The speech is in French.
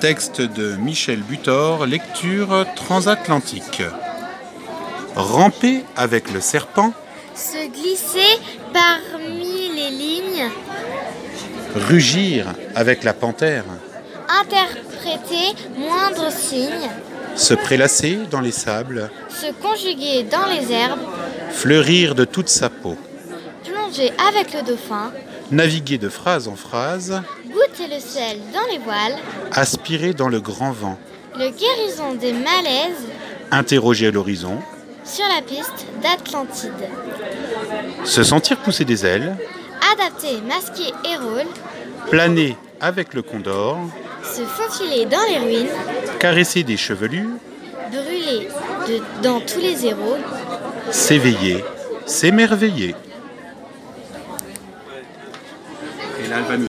Texte de Michel Butor, lecture transatlantique. Ramper avec le serpent, Se glisser parmi les lignes, rugir avec la panthère, interpréter moindre signe, se prélasser dans les sables, se conjuguer dans les herbes, fleurir de toute sa peau, plonger avec le dauphin, naviguer de phrase en phrase, goûter le sel dans les voiles, aspirer dans le grand vent, le guérison des malaises interroger l'horizon, sur la piste d'Atlantide, se sentir pousser des ailes, adapter, masquer et rôle, planer avec le condor, se faufiler dans les ruines, caresser des chevelures, brûler de- dans tous les héros, s'éveiller, s'émerveiller.